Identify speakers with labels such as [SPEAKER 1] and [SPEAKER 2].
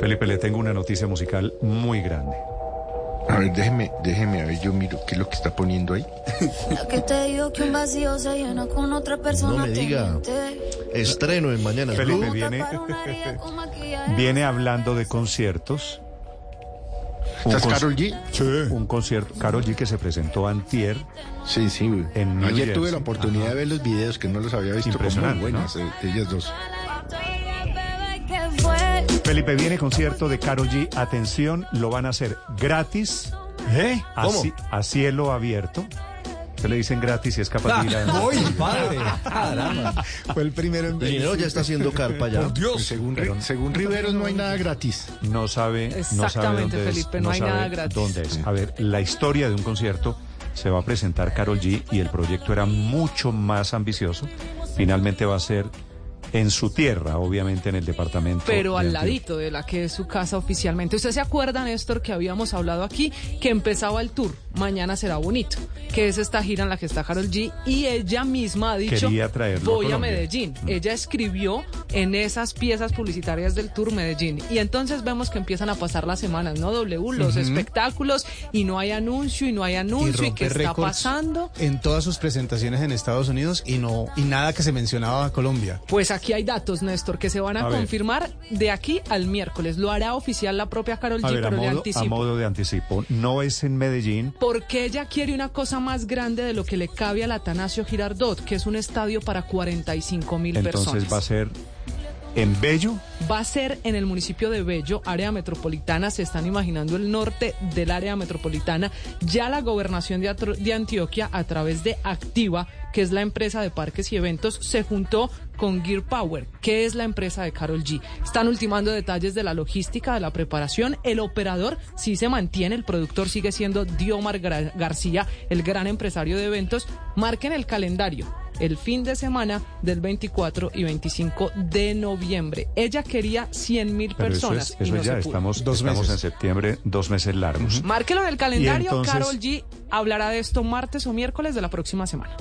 [SPEAKER 1] Felipe, le tengo una noticia musical muy grande.
[SPEAKER 2] A ver, déjeme, déjeme, a ver, yo miro qué es lo que está poniendo ahí.
[SPEAKER 3] La que te digo que un vacío se llena con otra persona.
[SPEAKER 4] No me diga. Estreno en Mañana
[SPEAKER 1] Felipe,
[SPEAKER 4] Blue.
[SPEAKER 1] viene- Viene hablando de conciertos. Un
[SPEAKER 2] ¿Estás
[SPEAKER 1] con-
[SPEAKER 2] Carol G? Sí.
[SPEAKER 1] Un concierto, Carol G que se presentó antier.
[SPEAKER 2] Sí, sí. güey.
[SPEAKER 1] En New
[SPEAKER 2] Ayer tuve
[SPEAKER 1] Jersey.
[SPEAKER 2] la oportunidad de ver los videos que no los había visto. como Muy
[SPEAKER 1] Impresionante,
[SPEAKER 2] buenas, eh, ellas dos.
[SPEAKER 1] Felipe, viene concierto de Carol G. Atención, lo van a hacer gratis,
[SPEAKER 5] ¿Eh?
[SPEAKER 1] a, ci- a cielo abierto. Se le dicen gratis y es capaz de ir a...
[SPEAKER 5] Voy, padre. Caramba.
[SPEAKER 2] Fue el primero en
[SPEAKER 4] El dinero ya está haciendo carpa ya.
[SPEAKER 5] Por Dios.
[SPEAKER 2] Según, Ri- según Riveros no hay nada gratis.
[SPEAKER 1] No sabe, no sabe
[SPEAKER 6] Exactamente,
[SPEAKER 1] dónde es,
[SPEAKER 6] Felipe, no hay
[SPEAKER 1] sabe
[SPEAKER 6] nada gratis.
[SPEAKER 1] dónde es. A ver, la historia de un concierto se va a presentar Carol G y el proyecto era mucho más ambicioso. Finalmente va a ser en su tierra, obviamente en el departamento.
[SPEAKER 6] Pero
[SPEAKER 1] de
[SPEAKER 6] al
[SPEAKER 1] Antioquia.
[SPEAKER 6] ladito de la que es su casa oficialmente. ¿Ustedes se acuerdan, Néstor, que habíamos hablado aquí que empezaba el tour? Mañana será bonito, que es esta gira en la que está Carol G. Y ella misma ha dicho,
[SPEAKER 1] Quería traerlo a
[SPEAKER 6] voy a,
[SPEAKER 1] Colombia".
[SPEAKER 6] Medellín.
[SPEAKER 1] Mm.
[SPEAKER 6] Ella escribió en esas piezas publicitarias del tour Medellín. Y entonces vemos que empiezan a pasar las semanas, ¿no? W, los espectáculos, y no hay anuncio, y no hay anuncio, y,
[SPEAKER 5] rompe
[SPEAKER 6] qué está
[SPEAKER 5] récords
[SPEAKER 6] pasando.
[SPEAKER 5] En todas sus presentaciones en Estados Unidos y no y nada que se mencionaba a Colombia.
[SPEAKER 6] Pues aquí hay datos, Néstor, que se van a,
[SPEAKER 1] A ver.
[SPEAKER 6] confirmar de aquí al miércoles. Lo hará oficial la propia Carol G,
[SPEAKER 1] A ver, a
[SPEAKER 6] pero
[SPEAKER 1] modo,
[SPEAKER 6] le
[SPEAKER 1] a
[SPEAKER 6] anticipo.
[SPEAKER 1] modo de anticipo, no es en Medellín,
[SPEAKER 6] Porque ella quiere una cosa más grande de lo que le cabe al Atanasio Girardot, que es un estadio para 45 mil
[SPEAKER 1] entonces
[SPEAKER 6] personas.
[SPEAKER 1] va a ser en Bello.
[SPEAKER 6] Va a ser en el municipio de Bello, área metropolitana. Se están imaginando el norte del área metropolitana. Ya la gobernación de, Atro- de Antioquia, a través de Activa, que es la empresa de parques y eventos, se juntó con Gear Power, que es la empresa de Carol G. Están ultimando detalles de la logística, de la preparación. El operador sí se mantiene, el productor sigue siendo Diomar Gra- García, el gran empresario de eventos. Marquen el calendario el fin de semana del 24 y 25 de noviembre. Ella quería 100 mil
[SPEAKER 1] Pero
[SPEAKER 6] personas.
[SPEAKER 1] eso es,
[SPEAKER 6] y
[SPEAKER 1] eso
[SPEAKER 6] no
[SPEAKER 1] ya
[SPEAKER 6] se pudo.
[SPEAKER 1] estamos,
[SPEAKER 5] Dos
[SPEAKER 1] estamos
[SPEAKER 5] meses.
[SPEAKER 1] en septiembre, dos meses largos.
[SPEAKER 6] Márquelo en el calendario.
[SPEAKER 1] entonces-
[SPEAKER 6] Carol G hablará de esto martes o miércoles de la próxima semana.